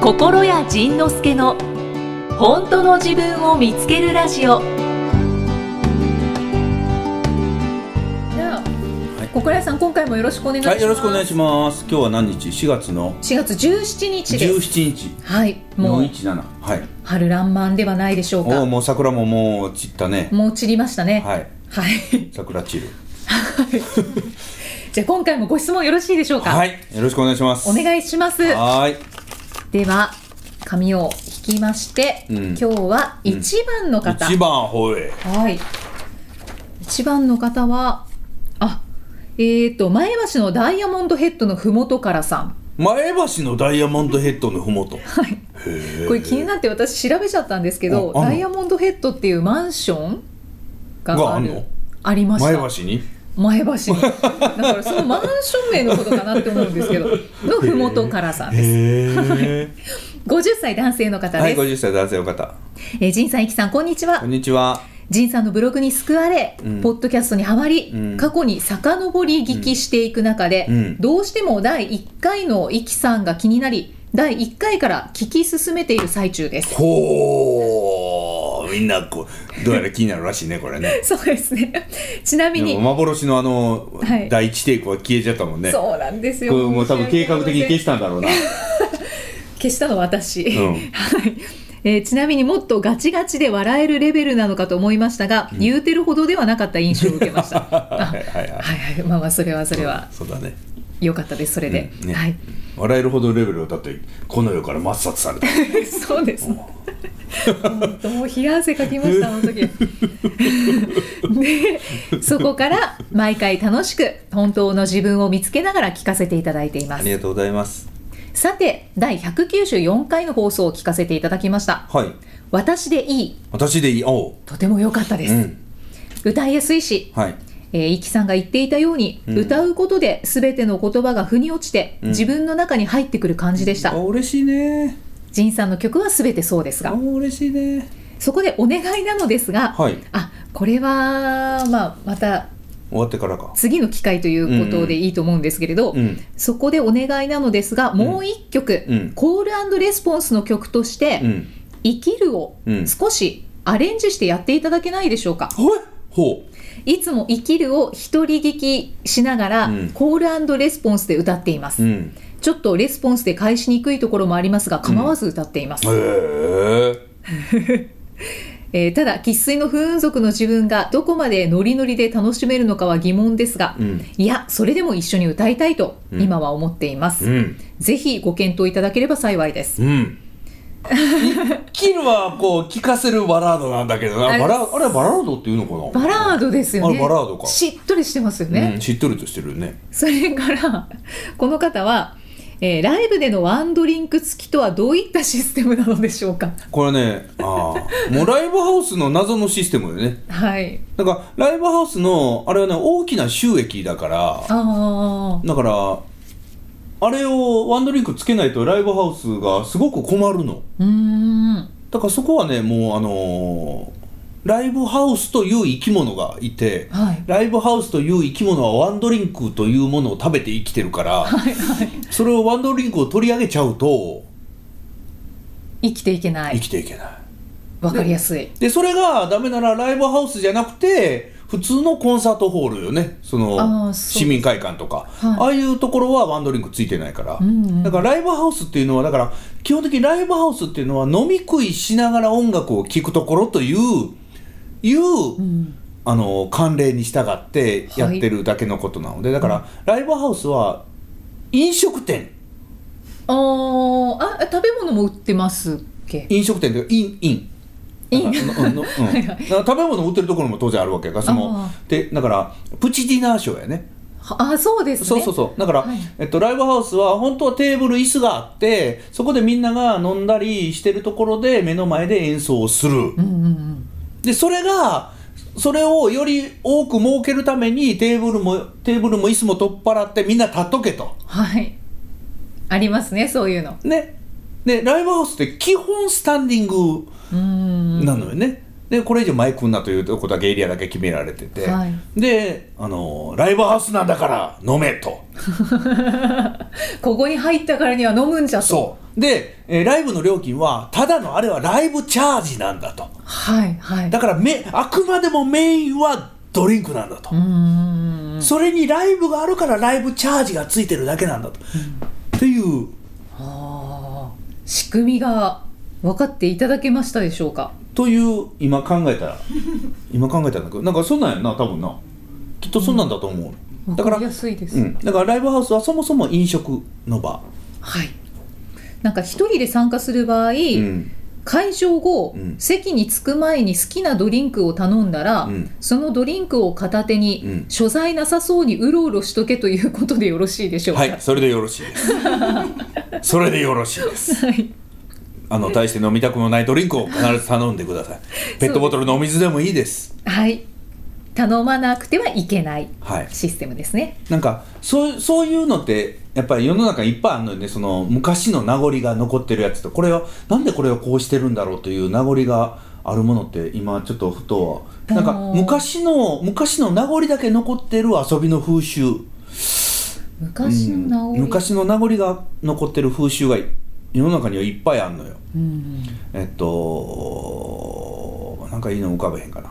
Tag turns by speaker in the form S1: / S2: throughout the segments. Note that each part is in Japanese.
S1: 心谷仁之助の本当の自分を見つけるラジオ
S2: じゃあ心谷さん今回もよろしくお願いします、
S3: はい、よろしくお願いします。今日は何日？4月の
S2: 4月17日で
S3: 17
S2: す
S3: 日。
S2: はいもう
S3: 417。はい。
S2: 春らんまんではないでしょう
S3: おお、
S2: か
S3: もう桜ももう散ったね。
S2: もう散りましたね
S3: はい。
S2: はい、
S3: 桜散る。
S2: じゃあ今回もご質問よろしいでしょうか、
S3: はい。よろしくお願いします。
S2: お願いします
S3: はーい。
S2: では紙を引きまして、
S3: うん
S2: 今日は一番の方、
S3: 一番ほい。
S2: はい一番の方はあえー、と前橋のダイヤモンドヘッドのふもとからさん
S3: 前橋のダイヤモンドヘッドのふもと。
S2: はいこれ気になって私調べちゃったんですけど
S3: ああんの
S2: ダイヤモンドヘッドっていうマンション
S3: が
S2: が
S3: あ
S2: あ
S3: ん
S2: る
S3: の
S2: ありました
S3: 前橋に。
S2: 前橋にだからそのマンション名のことかなって思うんですけどのふもとからさんです
S3: へ
S2: 50歳男性の
S3: え。
S2: 方
S3: は
S2: で
S3: い、
S2: す、
S3: 50歳男性の方。
S2: えー、仁さんいきさんこんにちは
S3: こんにちは。
S2: 仁さんのブログに救われ、
S3: うん
S2: ポッドキャストにハマり、
S3: うん
S2: 過去に遡り聞きしていく中で、
S3: うん
S2: どうしても第1回のいきさんが気になり第1回から聞き進めている最中です
S3: ほー。みんなこうどうやら気になるらしいねこ れね。
S2: そうですねちなみ
S3: で
S2: に
S3: も幻のあの、
S2: はい
S3: 第一テイクは消えちゃったもんね。
S2: そうなんですよ。
S3: これもう多分計画的に消したんだろうな。
S2: 消した のは私。
S3: うん
S2: はい。えーちなみにもっとガチガチで笑えるレベルなのかと思いましたが、言うてるほどではなかった印象を受けま した。あ
S3: はいはいはい
S2: はいはい、まあまあそれはそれは
S3: そうだね
S2: 良かったですそれで、
S3: うんね
S2: はい
S3: 笑えるほどレベルをだってこの世から抹殺された
S2: そうです本当もう冷や汗かきましたあの 時でそこから毎回楽しく本当の自分を見つけながら聞かせていただいていま
S3: あ
S2: す
S3: りがとうございます
S2: さて第194回の放送を聞かせていただきました
S3: はい
S2: 私でいい
S3: 私でいいおう
S2: とても良かったです、
S3: うん
S2: 歌いやすいし、
S3: はい
S2: えー、イキさんが言っていたように、
S3: ん
S2: 歌うことで全ての言葉が腑に落ちて、
S3: ん
S2: 自分の中に入ってくる感じでした、
S3: あ嬉しいね
S2: ジンさんの曲は全てそうです
S3: あ
S2: が
S3: 嬉しいね
S2: そこでお願いなのですが、
S3: はい
S2: あこれは、まあ、また
S3: 終わってからか
S2: 次の機会ということでいいと思うんですけれど、
S3: うん
S2: そこでお願いなのですが、もう一曲、
S3: うん
S2: コールレスポンスの曲として「
S3: うん
S2: 生きる」を
S3: うん
S2: 少しアレンジしてやっていただけないでしょうか、
S3: ほいほ
S2: いつも「生きる」を一人聞きしながら、
S3: うん
S2: コールレスポンスで歌っています、
S3: ううん
S2: ちょっとレスポンスで返しにくいところもありますが構わず歌っています、
S3: へえ
S2: えーただ生粋の不運族の自分がどこまでノリノリで楽しめるのかは疑問ですが、
S3: うん
S2: いやそれでも一緒に歌いたいと
S3: うん
S2: 今は思っています、
S3: うん
S2: ぜひご検討いただければ幸いです、
S3: うんキルはこう聞かせるバラードなんだけどな
S2: あれ
S3: バラあれバラードっていうのかな
S2: バラードですよね
S3: あバラードか
S2: しっとりしてますよね、
S3: うん、しっとりとしてるね
S2: それから この方は、えーライブでのワンドリンク付きとはどういったシステムなのでしょうか
S3: これねああもうライブハウスの謎のシステムよね
S2: はい
S3: だからライブハウスのあれはね大きな収益だから
S2: あ
S3: だからあれをワンドリンクつけないとライブハウスがすごく困るの
S2: ーうーん
S3: だからそこはねもうあのーライブハウスという生き物がいて、
S2: はい
S3: ライブハウスという生き物はワンドリンクというものを食べて生きてるから、それをワンドリンクを取り上げちゃうと
S2: 生きていけな
S3: 生
S2: い
S3: きていけない
S2: わかりやすい
S3: でそれがダメならライブハウスじゃなくて普通のコンサートホールよねそ
S2: あーそう
S3: の
S2: です
S3: 市民会館とか、
S2: はい
S3: ああいうところはワンドリンクついてないから、
S2: んうん
S3: だからライブハウスっていうのはだから基本的にライブハウスっていうのは飲み食いしながら音楽を聴くところといういう、
S2: うん
S3: あの慣例に従ってやってるだけのことなので、だからライブハウスは飲食店
S2: あーあ食べ物も売ってますっけ
S3: 飲食店というかインイン
S2: イン
S3: なんかうんうんうん
S2: はい
S3: だから食べ物を売ってるところも当然あるわけやからその
S2: あ
S3: でだからプチディナーショーやね
S2: はあそうですね
S3: そうそうそうだから、
S2: はい
S3: えっと、ライブハウスは本当はテーブル椅子があってそこでみんなが飲んだりしてるところで目の前で演奏をする、
S2: うんうんうん
S3: でそれがそれをより多く設けるためにテーブルもテーブルも椅子も取っ払ってみんな立っとけと
S2: はいありますねそういうの
S3: ねでライブハウスって基本スタンディング
S2: うーん
S3: なのよね、でこれ以上前来んなというとこだけエリアだけ決められてて、
S2: は
S3: であのライブハウスなんだから飲めと
S2: ここに入ったからには飲むんじゃと
S3: そで、えーライブの料金はただのあれはライブチャージなんだと
S2: はいはい
S3: だからめあくまでもメインはドリンクなんだと、
S2: うーん
S3: それにライブがあるからライブチャージがついてるだけなんだと、っていう
S2: あー仕組みが分かっていただけましたでしょうか
S3: という今考えたら今考えたんだけどなんかそんなんやな多分なきっとそんなんだと思う、だか
S2: わ
S3: ら
S2: りやすいです、
S3: うん、だからライブハウスはそもそも飲食の場、
S2: はいなんか一人で参加する場合、
S3: うん
S2: 会場後、
S3: うん
S2: 席に着く前に好きなドリンクを頼んだら、
S3: うん
S2: そのドリンクを片手に、
S3: うん
S2: 所在なさそうにうろうろしとけということでよろしいでしょうか
S3: はいそれでよろしいです それでよろしいです
S2: はい
S3: あの大して飲みたくもないドリンクを必ず頼んでくださいペットボトルのお水でもいいです
S2: はい頼まなくてはいけない
S3: はい
S2: システムですね
S3: なんかそうそういうのってやっぱり世の中いっぱいあるのよねその昔の名残が残ってるやつとこれはなんでこれをこうしてるんだろうという名残があるものって今ちょっとふとなんか
S2: おー
S3: 昔の昔の名残だけ残ってる遊びの風習
S2: 昔の名
S3: うん昔の名残が残ってる風習が世の中にはいっぱいあんのよ
S2: うん
S3: えっとなんかいいの浮かべへんかな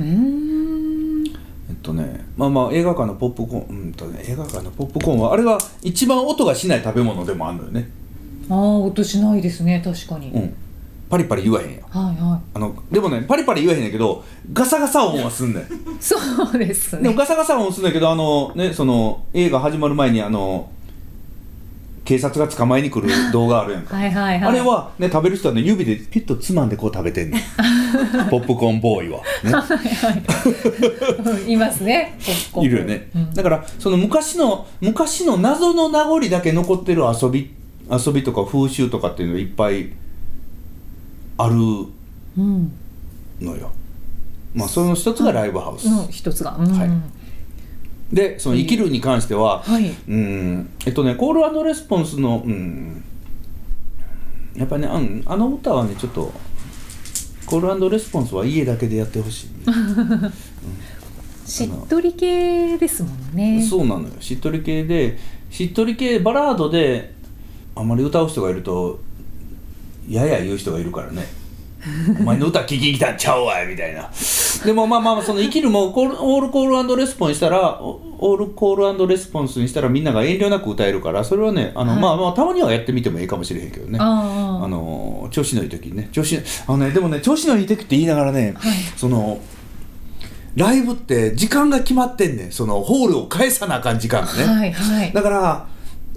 S2: うーん
S3: えっとねまあまあ映画館のポップコーンうんとね映画館のポップコーンはあれは一番音がしない食べ物でもあるのよね
S2: ああ音しないですね確かに、
S3: うんパリパリ言わへんよ
S2: はいは
S3: あのでもねパリパリ言わへんやけどガサガサ音はすんねん
S2: いそうです
S3: でも
S2: ね
S3: ガサガサ音するんだけどあのねその映画始まる前にあの警察が捕まえに来る動画あるやんか
S2: はいはいはい
S3: あれはね食べる人はね指でピュッとつまんでこう食べてんねんポップコーンボーイは、ね、
S2: うんいますねポップコーン
S3: いるよね、
S2: うん
S3: だからその昔の昔の謎の名残だけ残ってる遊び遊びとか風習とかっていうのがいっぱいある
S2: うん
S3: のよまあその一つがライブハウス、
S2: の一つが、うん
S3: はいでその生きるに関しては、
S2: はい
S3: うんえっとねコールレスポンスのうんやっぱねあんあの歌はねちょっとコールレスポンスは家だけでやってほしい、
S2: しっとり系ですもんね
S3: そうなのよしっとり系でしっとり系バラードであんまり歌う人がいるとやや言う人がい るからねお前の歌聴きに来たんちゃうわいみたいなでもまあまあまあその生きるもコールオールコールレスポンスにしたらオオールコールレスポンスにしたらみんなが遠慮なく歌えるからそれはねあの、
S2: はい
S3: まあまあたまにはやってみてもいいかもしれへんけどね
S2: あー
S3: あの調子のいい時にね調子あのねでもね調子のいい時って言いながらね、
S2: はい
S3: そのライブって時間が決まってんねんそのホールを返さなあかん時間がね、
S2: はいはい
S3: だから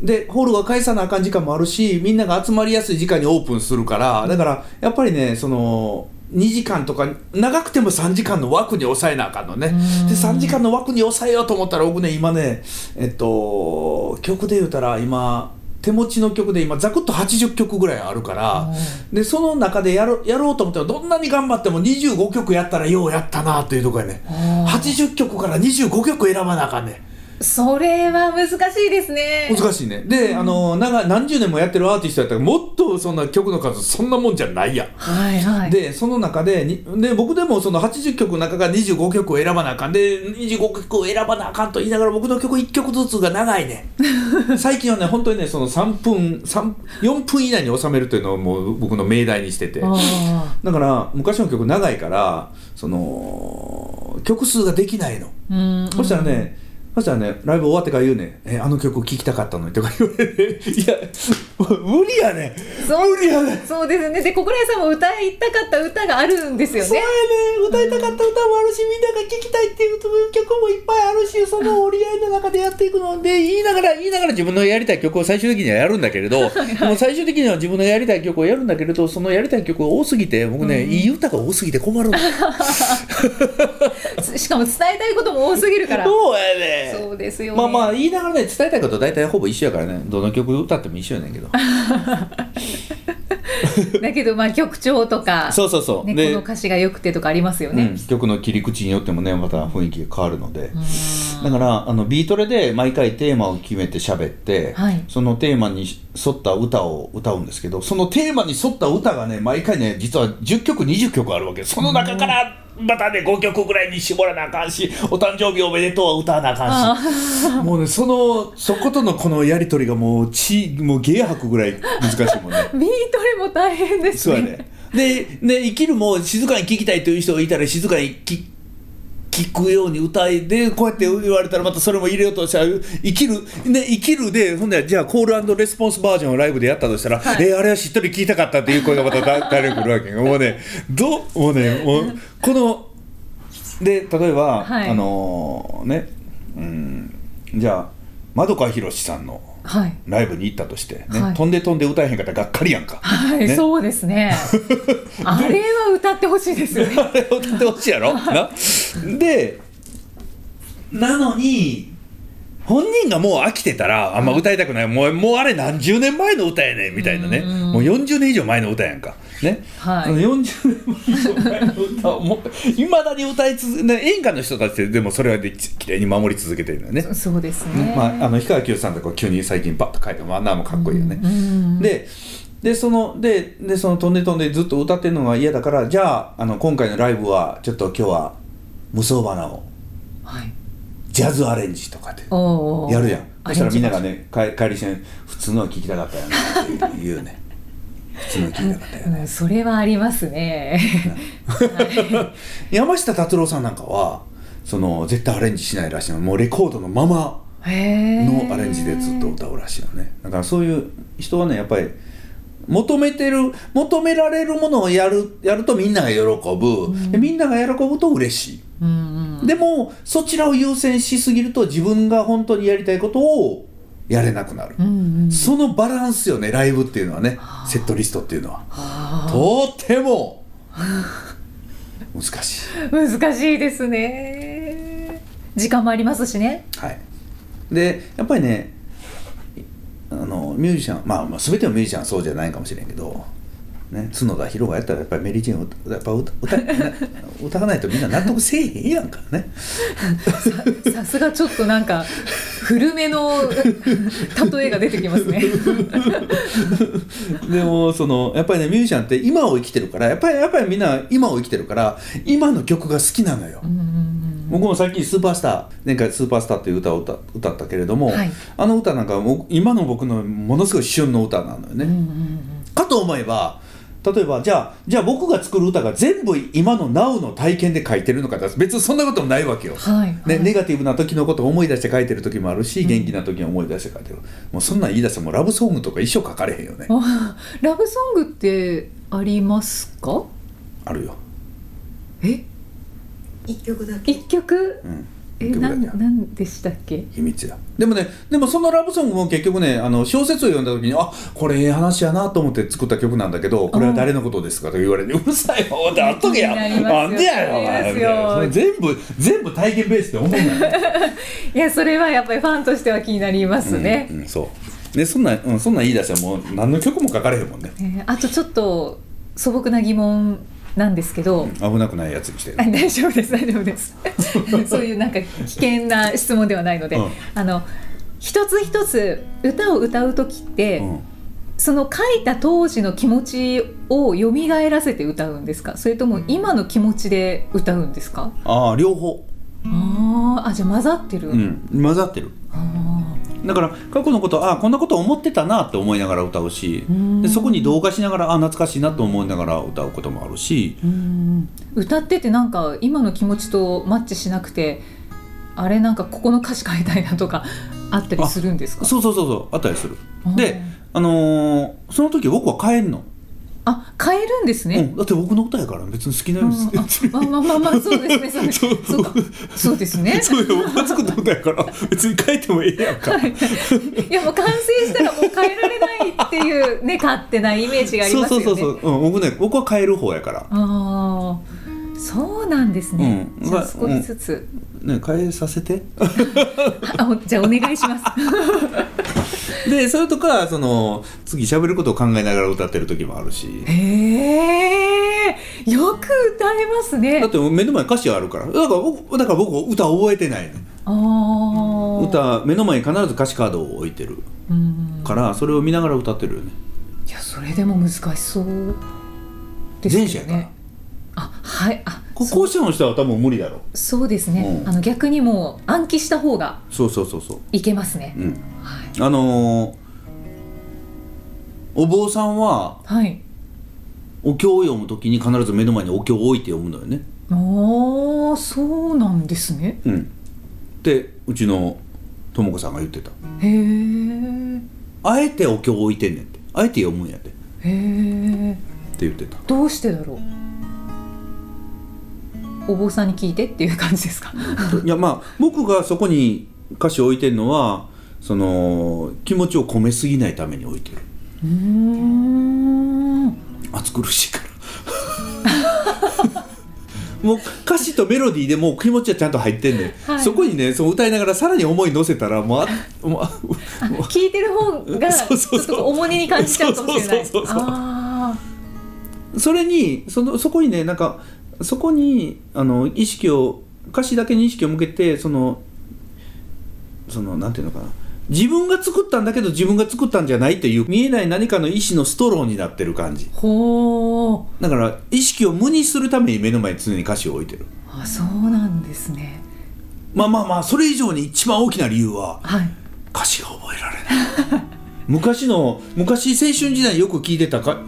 S3: でホールが返さなあかん時間もあるしみんなが集まりやすい時間にオープンするからだからやっぱりねその2時間とか長くても3時間の枠に抑えなあかんのねで3時間の枠に抑えようと思ったら僕ね今ねえっと曲で言うたら今手持ちの曲で今ざくっと80曲ぐらいあるからでその中でやろやろうと思ってもどんなに頑張っても25曲やったらようやったなというところやね
S2: あー
S3: 80曲から25曲選ばなあかんねん。
S2: それは難しいですね
S3: 難しいねで、あの長い何十年もやってるアーティストやったらもっとそんな曲の数そんなもんじゃないやん、
S2: はいはい
S3: でその中でにで僕でもその80曲の中から25曲を選ばなあかんで25曲を選ばなあかんと言いながら僕の曲1曲ずつが長いね 最近はね本当にねその3分三4分以内に収めるというのをもう僕の命題にしてて
S2: あ
S3: だから昔の曲長いからその曲数ができないの
S2: ーうん
S3: そしたらね、そしたらね、ライブ終わってから言うねん、えあの曲聴きたかったのにとか言わ れて、いや、無理やねん、
S2: そう
S3: 無理やねん。
S2: そうですねで国内さんも歌いたかった歌があるんですよ
S3: そう
S2: ね
S3: やねん歌いたかった歌もあるし、みんなが聴きたいっていう曲もいっぱいあるしその折り合いの中でやっていくので言いながら言いながら自分のやりたい曲を最終的にはやるんだけ れど、でも最終的には自分のやりたい曲をやるんだけれどそのやりたい曲が多すぎて僕ね、いい歌が多すぎて困るの
S2: しかも伝えたいことも多すぎるから
S3: そうやねん
S2: そうですよね
S3: まあまあ言いながらね伝えたいこと大体ほぼ一緒やからねどの曲歌っても一緒やねんけど
S2: だけどまあ曲調とか
S3: そうそうそう、
S2: ね、こ
S3: で
S2: の歌詞が良くてとかありますよね、
S3: うん、曲の切り口によってもねまた雰囲気が変わるので、だからあのビートレで毎回テーマを決めて喋って、
S2: はい
S3: そのテーマに沿った歌を歌うんですけどそのテーマに沿った歌がね毎回ね実は10曲20曲あるわけその中からまたね5曲ぐらいに絞らなあかんしお誕生日おめでとうは歌わなあかん しもうねそのそことのこのやり取りがもうちもう芸博ぐらい難しいもんね
S2: ビートレも大変です
S3: そう
S2: ね
S3: やね でね生きるも静かに聴きたいという人がいたら静かに聴聞くように歌いでこうやって言われたらまたそれも入れようとしたら生きるね生きるでほんでじゃあコールレスポンスバージョンをライブでやったとしたら、えーあれはしっとり聞いたかったっていう声がまただ誰に来るわけよもうねどうもうねもうこので例えば、
S2: はい
S3: あのねうんじゃあ窓川博さんの
S2: はい
S3: ライブに行ったとして、ね
S2: はい
S3: 飛んで飛んで歌えへんかったらがっかりやんか。
S2: はい、
S3: ね
S2: そうです ねあれは歌ってほしいですよね
S3: あれを歌ってほしいやろなでなのに本人がもう飽きてたらあんま歌いたくない、もうもうあれ何十年前の歌やねんみたいなね、
S2: うん
S3: もう40年以上前の歌やんかね、
S2: はい
S3: その40年前の歌をもいまだに歌い続け、ね、演歌の人たちってでもそれはでききれいに守り続けてるのよね
S2: そうですね、
S3: まあ、あの氷川きよしさんとか急に最近バッと書いてもあんなもんかっこいいよね、
S2: うん
S3: ででそのででその飛んで飛んでずっと歌ってるのが嫌だからじゃああの今回のライブはちょっと今日は無双花を
S2: はい
S3: ジャズアレンジとかで
S2: おー
S3: やるやんそしたらみんなが
S2: アレン
S3: ね帰帰り線普通のは聞きたかったよねって言うね普通のは聞きたかったよ
S2: ジ
S3: ね
S2: もうんそれはありますね
S3: 山下達郎さんなんかはその絶対アレンジしないらしいのもうレコードのまま
S2: の
S3: のアレンジでずっと歌うらしいよねだからそういう人はねやっぱり求めてる求められるものをやるやるとみんなが喜ぶ、でみんなが喜ぶと嬉しい、
S2: うんうん
S3: でもそちらを優先しすぎると自分が本当にやりたいことをやれなくなる、
S2: うんうん
S3: そのバランスよねライブっていうのはねセットリストっていうのはと ても難しい
S2: 難しいですね時間もありますしね
S3: はい、でやっぱりねあのミュージシャン、まあ、まあ全てのミュージシャンはそうじゃないかもしれんけど、ね、角田博がやったらやっぱりメリー・ジェーンを歌やっぱ歌歌 な歌わないとみんな納得せえへんやんからね
S2: ささすがちょっとなんか古めの例えが出てきますね
S3: でもそのやっぱりねミュージシャンって今を生きてるからやっぱりやっぱりみんな今を生きてるから今の曲が好きなのよ、
S2: うんうん
S3: 僕もさっき「スーパースター」前回「スーパースター」っていう歌を歌歌ったけれども、
S2: はい
S3: あの歌なんかもう今の僕のものすごい旬の歌なのよね、
S2: うんうんうん
S3: かと思えば例えばじゃあじゃあ僕が作る歌が全部今の NOW の体験で書いてるのかって別にそんなこともないわけよ、
S2: はい、
S3: ね、
S2: はい
S3: ネガティブな時のことを思い出して書いてる時もあるし、元気な時に思い出して書いてるもうそんなん言い出したらもうラブソングとか一生書かれへんよね
S2: あラブソングってありますか
S3: あるよ、
S2: え
S4: 一曲だけ
S2: 一曲
S3: うん、
S2: え
S3: 曲だ
S2: な
S3: け
S2: ん
S3: や
S2: なんでしたっけ
S3: 秘密やでもねでもそのラブソングも結局ねあの小説を読んだ時にあこれええ話やなと思って作った曲なんだけどこれは誰のことですかと言われてうるさいわってあっとけや
S2: 気になりますよ
S3: なんでやろお前
S2: 気になります
S3: みたいな
S2: よ
S3: それ全部全部体験ベースで思うない
S2: やそれはやっぱりファンとしては気になりますね、
S3: うん、うんそうねそんな、うん、そんなん言い出したらもう何の曲も書かれへんもんね
S2: えーあとちょっと素朴な疑問なんですけど、
S3: 危なくないやつにしてる
S2: あ大丈夫です大丈夫です そういうなんか危険な質問ではないので、
S3: うん
S2: あの一つ一つ歌を歌う時って、
S3: うん
S2: その書いた当時の気持ちを蘇らせて歌うんですかそれとも今の気持ちで歌うんですか、
S3: ああ両方、
S2: あーあじゃあ混ざってる、
S3: うん、混ざってる
S2: あ
S3: だから過去のことああこんなこと思ってたなって思いながら歌うし
S2: うん
S3: でそこに同化しながらああ懐かしいなと思いながら歌うこともあるし
S2: ーうん歌っててなんか今の気持ちとマッチしなくてあれなんかここの歌詞変えたいなとかあったりするんですか
S3: そうそうそうそうあったりする
S2: うん
S3: であのーその時僕は変えんの、
S2: あ変えるんですね、
S3: うん、だって僕の歌やから別に好きなように
S2: うんあ
S3: する
S2: まあまあまあまあそうですねそうです
S3: そ
S2: そ
S3: う
S2: うかそうですね
S3: そうよ僕が作った歌やから別に変えてもええやん か
S2: いやもう完成したらもう変えられないっていうね勝手なイメージがあり
S3: そう
S2: ます
S3: そ
S2: よ
S3: う
S2: ね
S3: そうそう、うん、僕ね僕は変える方やから
S2: ああそうなんですね、
S3: うん
S2: じゃあ
S3: まあ
S2: 少しずつ、
S3: ね変えさ せて
S2: あおじゃあお願いします
S3: でそれとかその次喋ることを考えながら歌ってる時もあるし
S2: へえよく歌えますね
S3: だって目の前に歌詞あるからだから僕だから僕歌覚えてないの
S2: ああ
S3: 歌目の前に必ず歌詞カードを置いてる
S2: うん
S3: からそれを見ながら歌ってるよね
S2: いやそれでも難しそうですよね
S3: 前者やから
S2: あはいあ
S3: こ校舎の人は多分無理だろう
S2: そそうですね、
S3: うん
S2: あの逆にもう暗記した方が
S3: そうそうそうそう
S2: いけますね、
S3: うん
S2: はい
S3: あのーお坊さんは
S2: はい
S3: お経を読むときに必ず目の前にお経を置いて読むのよね、
S2: ああそうなんですね
S3: うん、ってうちのとも子さんが言ってた
S2: へえ
S3: あえてお経を置いてんねんってあえて読むんやってって
S2: へえ
S3: 言ってた
S2: どうしてだろうお坊さんに聞いてっていう感じ ですか
S3: いやまあ僕がそこに歌詞を置いてるのはその気持ちを込めすぎないために置いてる
S2: うーん
S3: 暑苦しいからもう歌詞とメロディーでもう気持ちはちゃんと入ってんねん、
S2: はい
S3: そこにねその歌いながらさらに思い乗せたらもうあもうあ
S2: あ聞いてる方がち
S3: そうそ
S2: ょ
S3: う
S2: っ
S3: そう
S2: と重荷に感じちゃうかもしれない
S3: そうそうそうそう
S2: あ
S3: それにそのそこにねなんかそこにあの意識を歌詞だけに意識を向けてそのそのなんていうのかな自分が作ったんだけど自分が作ったんじゃないっていう見えない何かの意志のストローになってる感じ
S2: ーほう
S3: だから意識を無にするために目の前に常に歌詞を置いてる
S2: あそうなんですね
S3: まあまあまあそれ以上に一番大きな理由は
S2: はい
S3: 歌詞が覚えられない 昔の昔青春時代によく聴いてたか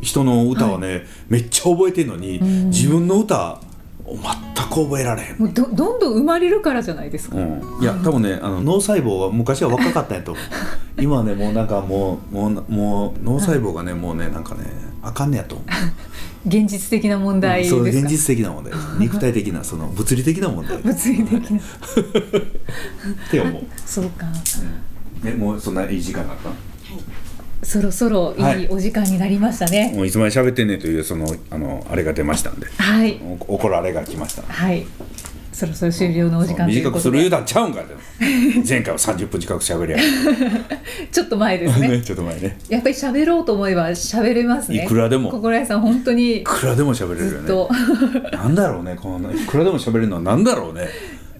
S3: 人の歌はね、めっちゃ覚えてるのに、
S2: ん
S3: 自分の歌を全く覚えられへん、
S2: もうどどんどん生まれるからじゃないですか、
S3: うん、いや多分ねあの脳細胞は昔は若かったんや と思う今はねもうなんかもうもうもう脳細胞がねもうねなんかねあかんねやと思う
S2: 現実的な問題ですか、
S3: そう現実的な問題です肉体的なその物理的な問題っ
S2: 物理的な
S3: て 思う
S2: そうか
S3: えもうそんないい時間だった
S2: そろそろ
S3: はい
S2: いいお時間になりましたね
S3: もういつまで喋ってんねんというそのあのあれが出ましたんで
S2: はい
S3: お怒られが来ました
S2: はいそろそろ終了のお時間とい
S3: 短
S2: う
S3: く
S2: こと
S3: する
S2: で
S3: 言うたんちゃうんかって 前回は30分近く喋りや
S2: ちょっと前です ね
S3: がら ねちょっと前ね
S2: やっぱり喋ろうと思えば喋れますね
S3: いくらでも
S2: 心屋さん本当に
S3: いくらでも喋れる
S2: ず
S3: よ
S2: っ
S3: ね
S2: と、
S3: なんだろうねこのいくらでも喋れるのはなんだろうね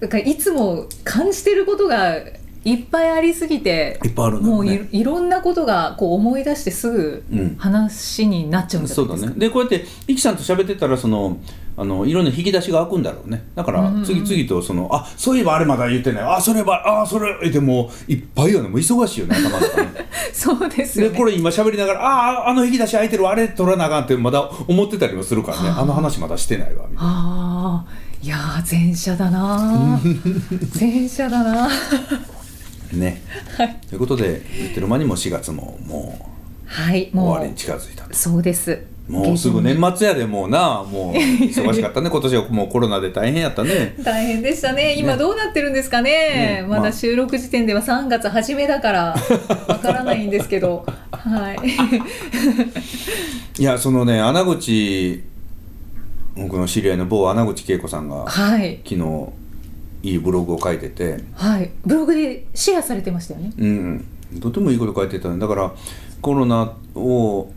S2: なんかいつも感じてることがいっぱいありすぎて
S3: いっぱいあるんだ
S2: もう
S3: ろう
S2: い
S3: ね
S2: いろんなことがこう思い出してすぐ
S3: うん
S2: 話になっちゃうんじゃ
S3: そ
S2: な
S3: う
S2: いで
S3: だ
S2: すか、
S3: ねでこうやってイキさんと喋ってたらそのあのいろんな引き出しが開くんだろうねだから次々とその、あそういえばあれまだ言ってないあそればあそれえでもいっぱいよねもう忙しいよね頭の中 ね
S2: そうですよ
S3: で
S2: ね
S3: これ今喋りながら「あああの引き出し開いてるわあれ取らなあかん」ってまだ思ってたりもするからね
S2: は
S3: 「
S2: あ
S3: あの話まだしてないわ」みたい
S2: ああいやー前者だなー 前者だなー
S3: なね、ということで言ってる間にもう4月もも
S2: はいも
S3: う
S2: う
S3: 終わりに近づいたと
S2: そうです
S3: もうすぐ年末やでもうなもう忙し かったね今年はもうコロナで大変やったね
S2: 大変でしたね今
S3: ね
S2: どうなってるんですかね
S3: ね
S2: ま
S3: ま
S2: だ
S3: あ
S2: 収録時点では3月初めだ からわからないんですけどはい
S3: いやそのね穴口僕の知り合いの某穴口恵子さんが昨
S2: はい
S3: 日いいブログを書いてて
S2: はいブログでシェアされてましたよね
S3: うん、とてもいいこと書いてたねだからコロナを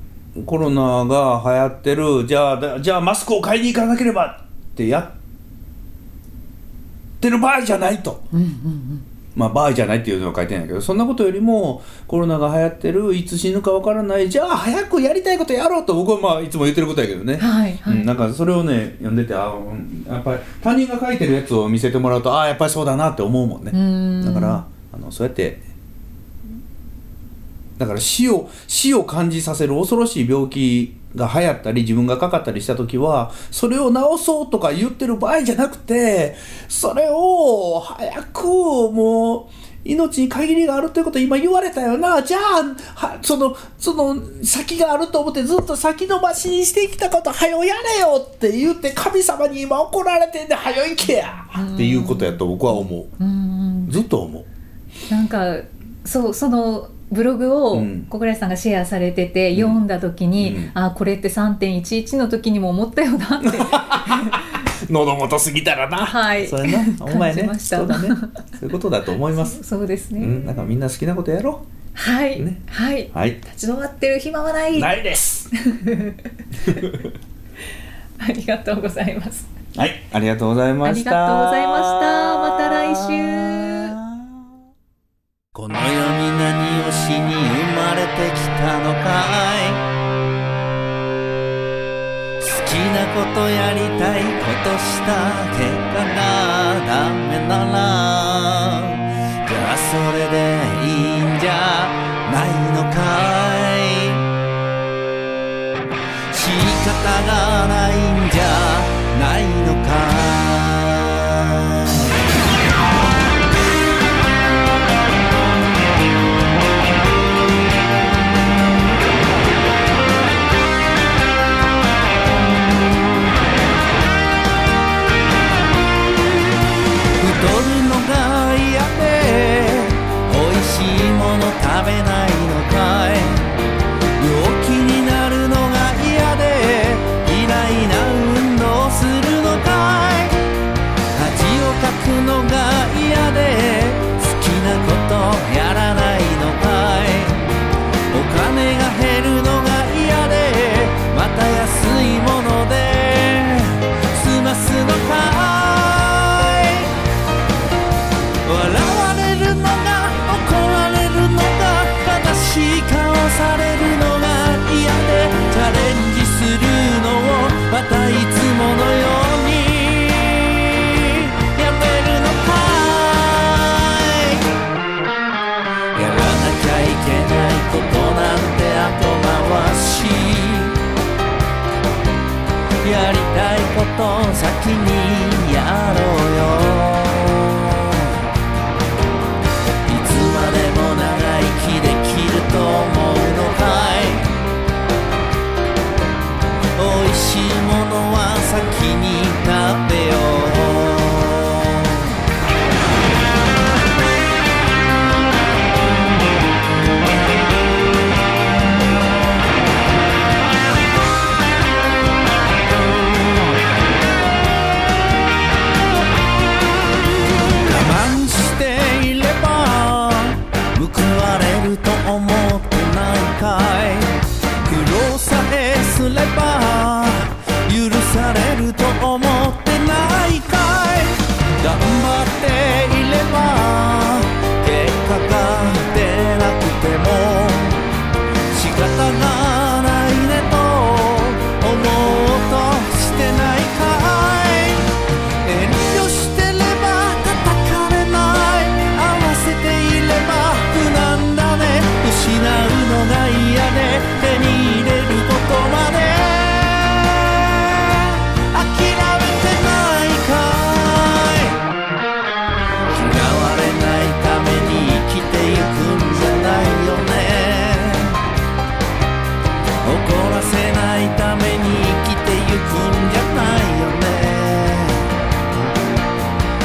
S3: コロナが流行ってるじゃあだじゃあマスクを買いに行かなければってやってる場合じゃないと、まあ場合じゃないっていうのは書いてないけどそんなことよりもコロナが流行ってるいつ死ぬかわからないじゃあ早くやりたいことやろうと僕はまあいつも言ってることやけどね、
S2: はいはい、
S3: うん、なんかそれをね読んでてあうんやっぱり他人が書いてるやつを見せてもらうとああやっぱりそうだなって思うもんね
S2: うん
S3: だからあのそうやってだから死を死を感じさせる恐ろしい病気が流行ったり自分がかかったりした時はそれを治そうとか言ってる場合じゃなくてそれを早くもう命に限りがあるということを今言われたよなじゃあはそのその先があると思ってずっと先延ばしにしてきたこと早よやれよって言って神様に今怒られてんで早よ行けやっていうことやと僕は思う。
S2: うん
S3: ずっと思う
S2: なんかそうそのブログを
S3: うん
S2: 小倉さんがシェアされてて、読んだ時に、
S3: うん
S2: あこれって3.11の時にも思ったよな って
S3: 喉元過ぎたらな
S2: はい
S3: それなお前ね
S2: 感じました
S3: そうだねそういうことだと思います
S2: そうです
S3: う
S2: ね、
S3: んなんかみんな好きなことやろ
S2: はい、
S3: ね
S2: はい、
S3: うはい
S2: 立ち止まってる暇はない
S3: ないです
S2: ありがとうございます
S3: はいありがとうございました
S2: ありがとうございましたまた来週
S5: この世に何をしに生まれてきたのかい好きな
S3: ことやりたいことした結果がダメならじゃあそれでいいんじゃないのかい仕方がないんじゃないのか太るのが嫌で美味しいもの食べないのかい陽気になるのが嫌で嫌いな運動するのかい恥をかくのが嫌で好きなことやらないのかいお金が減るのが嫌でまた安いもので済ますのかい笑われるのが怒られるのが正しい顔されるのが嫌でチャレンジするのをまたいつものようにやめるのかいやらなきゃいけないことなんて後回しやりたいこと先にやろうよいつまでも長生きできると思うのかいおいしいものは先に食べよう我慢していれば報われると思ってないかい苦労さえすれば許されると思ってないかい頑張っていれば結果が出なくても仕方がないねと思おうとしてないかい遠慮してれば叩かれない合わせていれば無難だね失うのが嫌で手に入れることまで諦めてないかい嫌われないために生きてゆくんじゃないよね怒らせないために生きてゆくんじゃないよね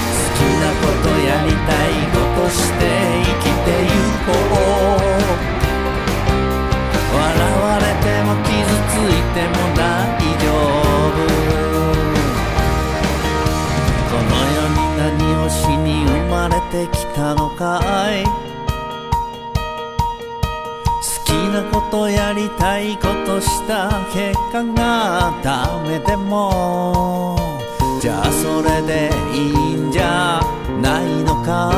S3: 好きなことやりたいことして生きてゆこう笑われても傷ついても大丈夫この世に何をしに生まれてきたのかい好きなことやりたいことした結果がダメでもじゃあそれでいいんじゃないのか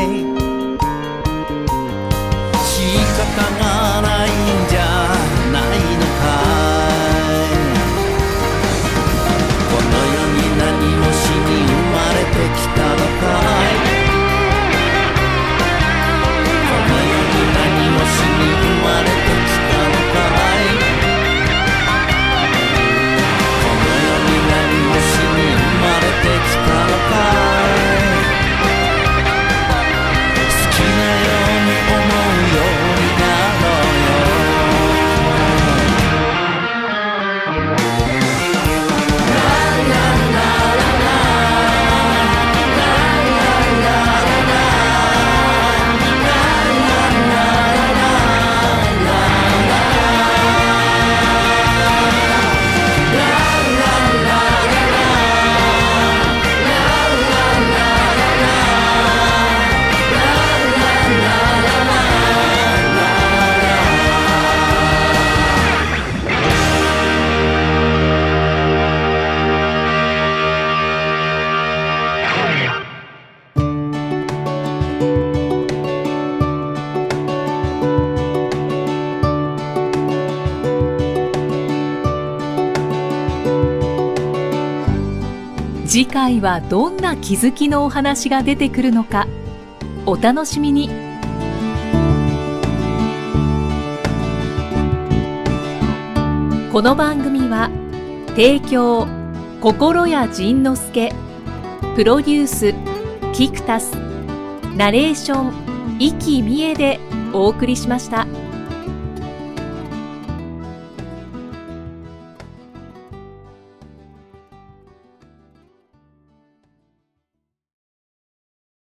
S3: い仕方がないんじゃないのかいこの世に何をしに生まれてきたのかいこの世に何をしに生まれてきたのかいこの世に何をしに生まれてきたのかい好きなように思うようになろうよ
S2: 次回はどんな気づきのお話が出てくるのかお楽しみにこの番組は提供心谷仁之助プロデュースキクタスナレーション生きみえでお送りしました。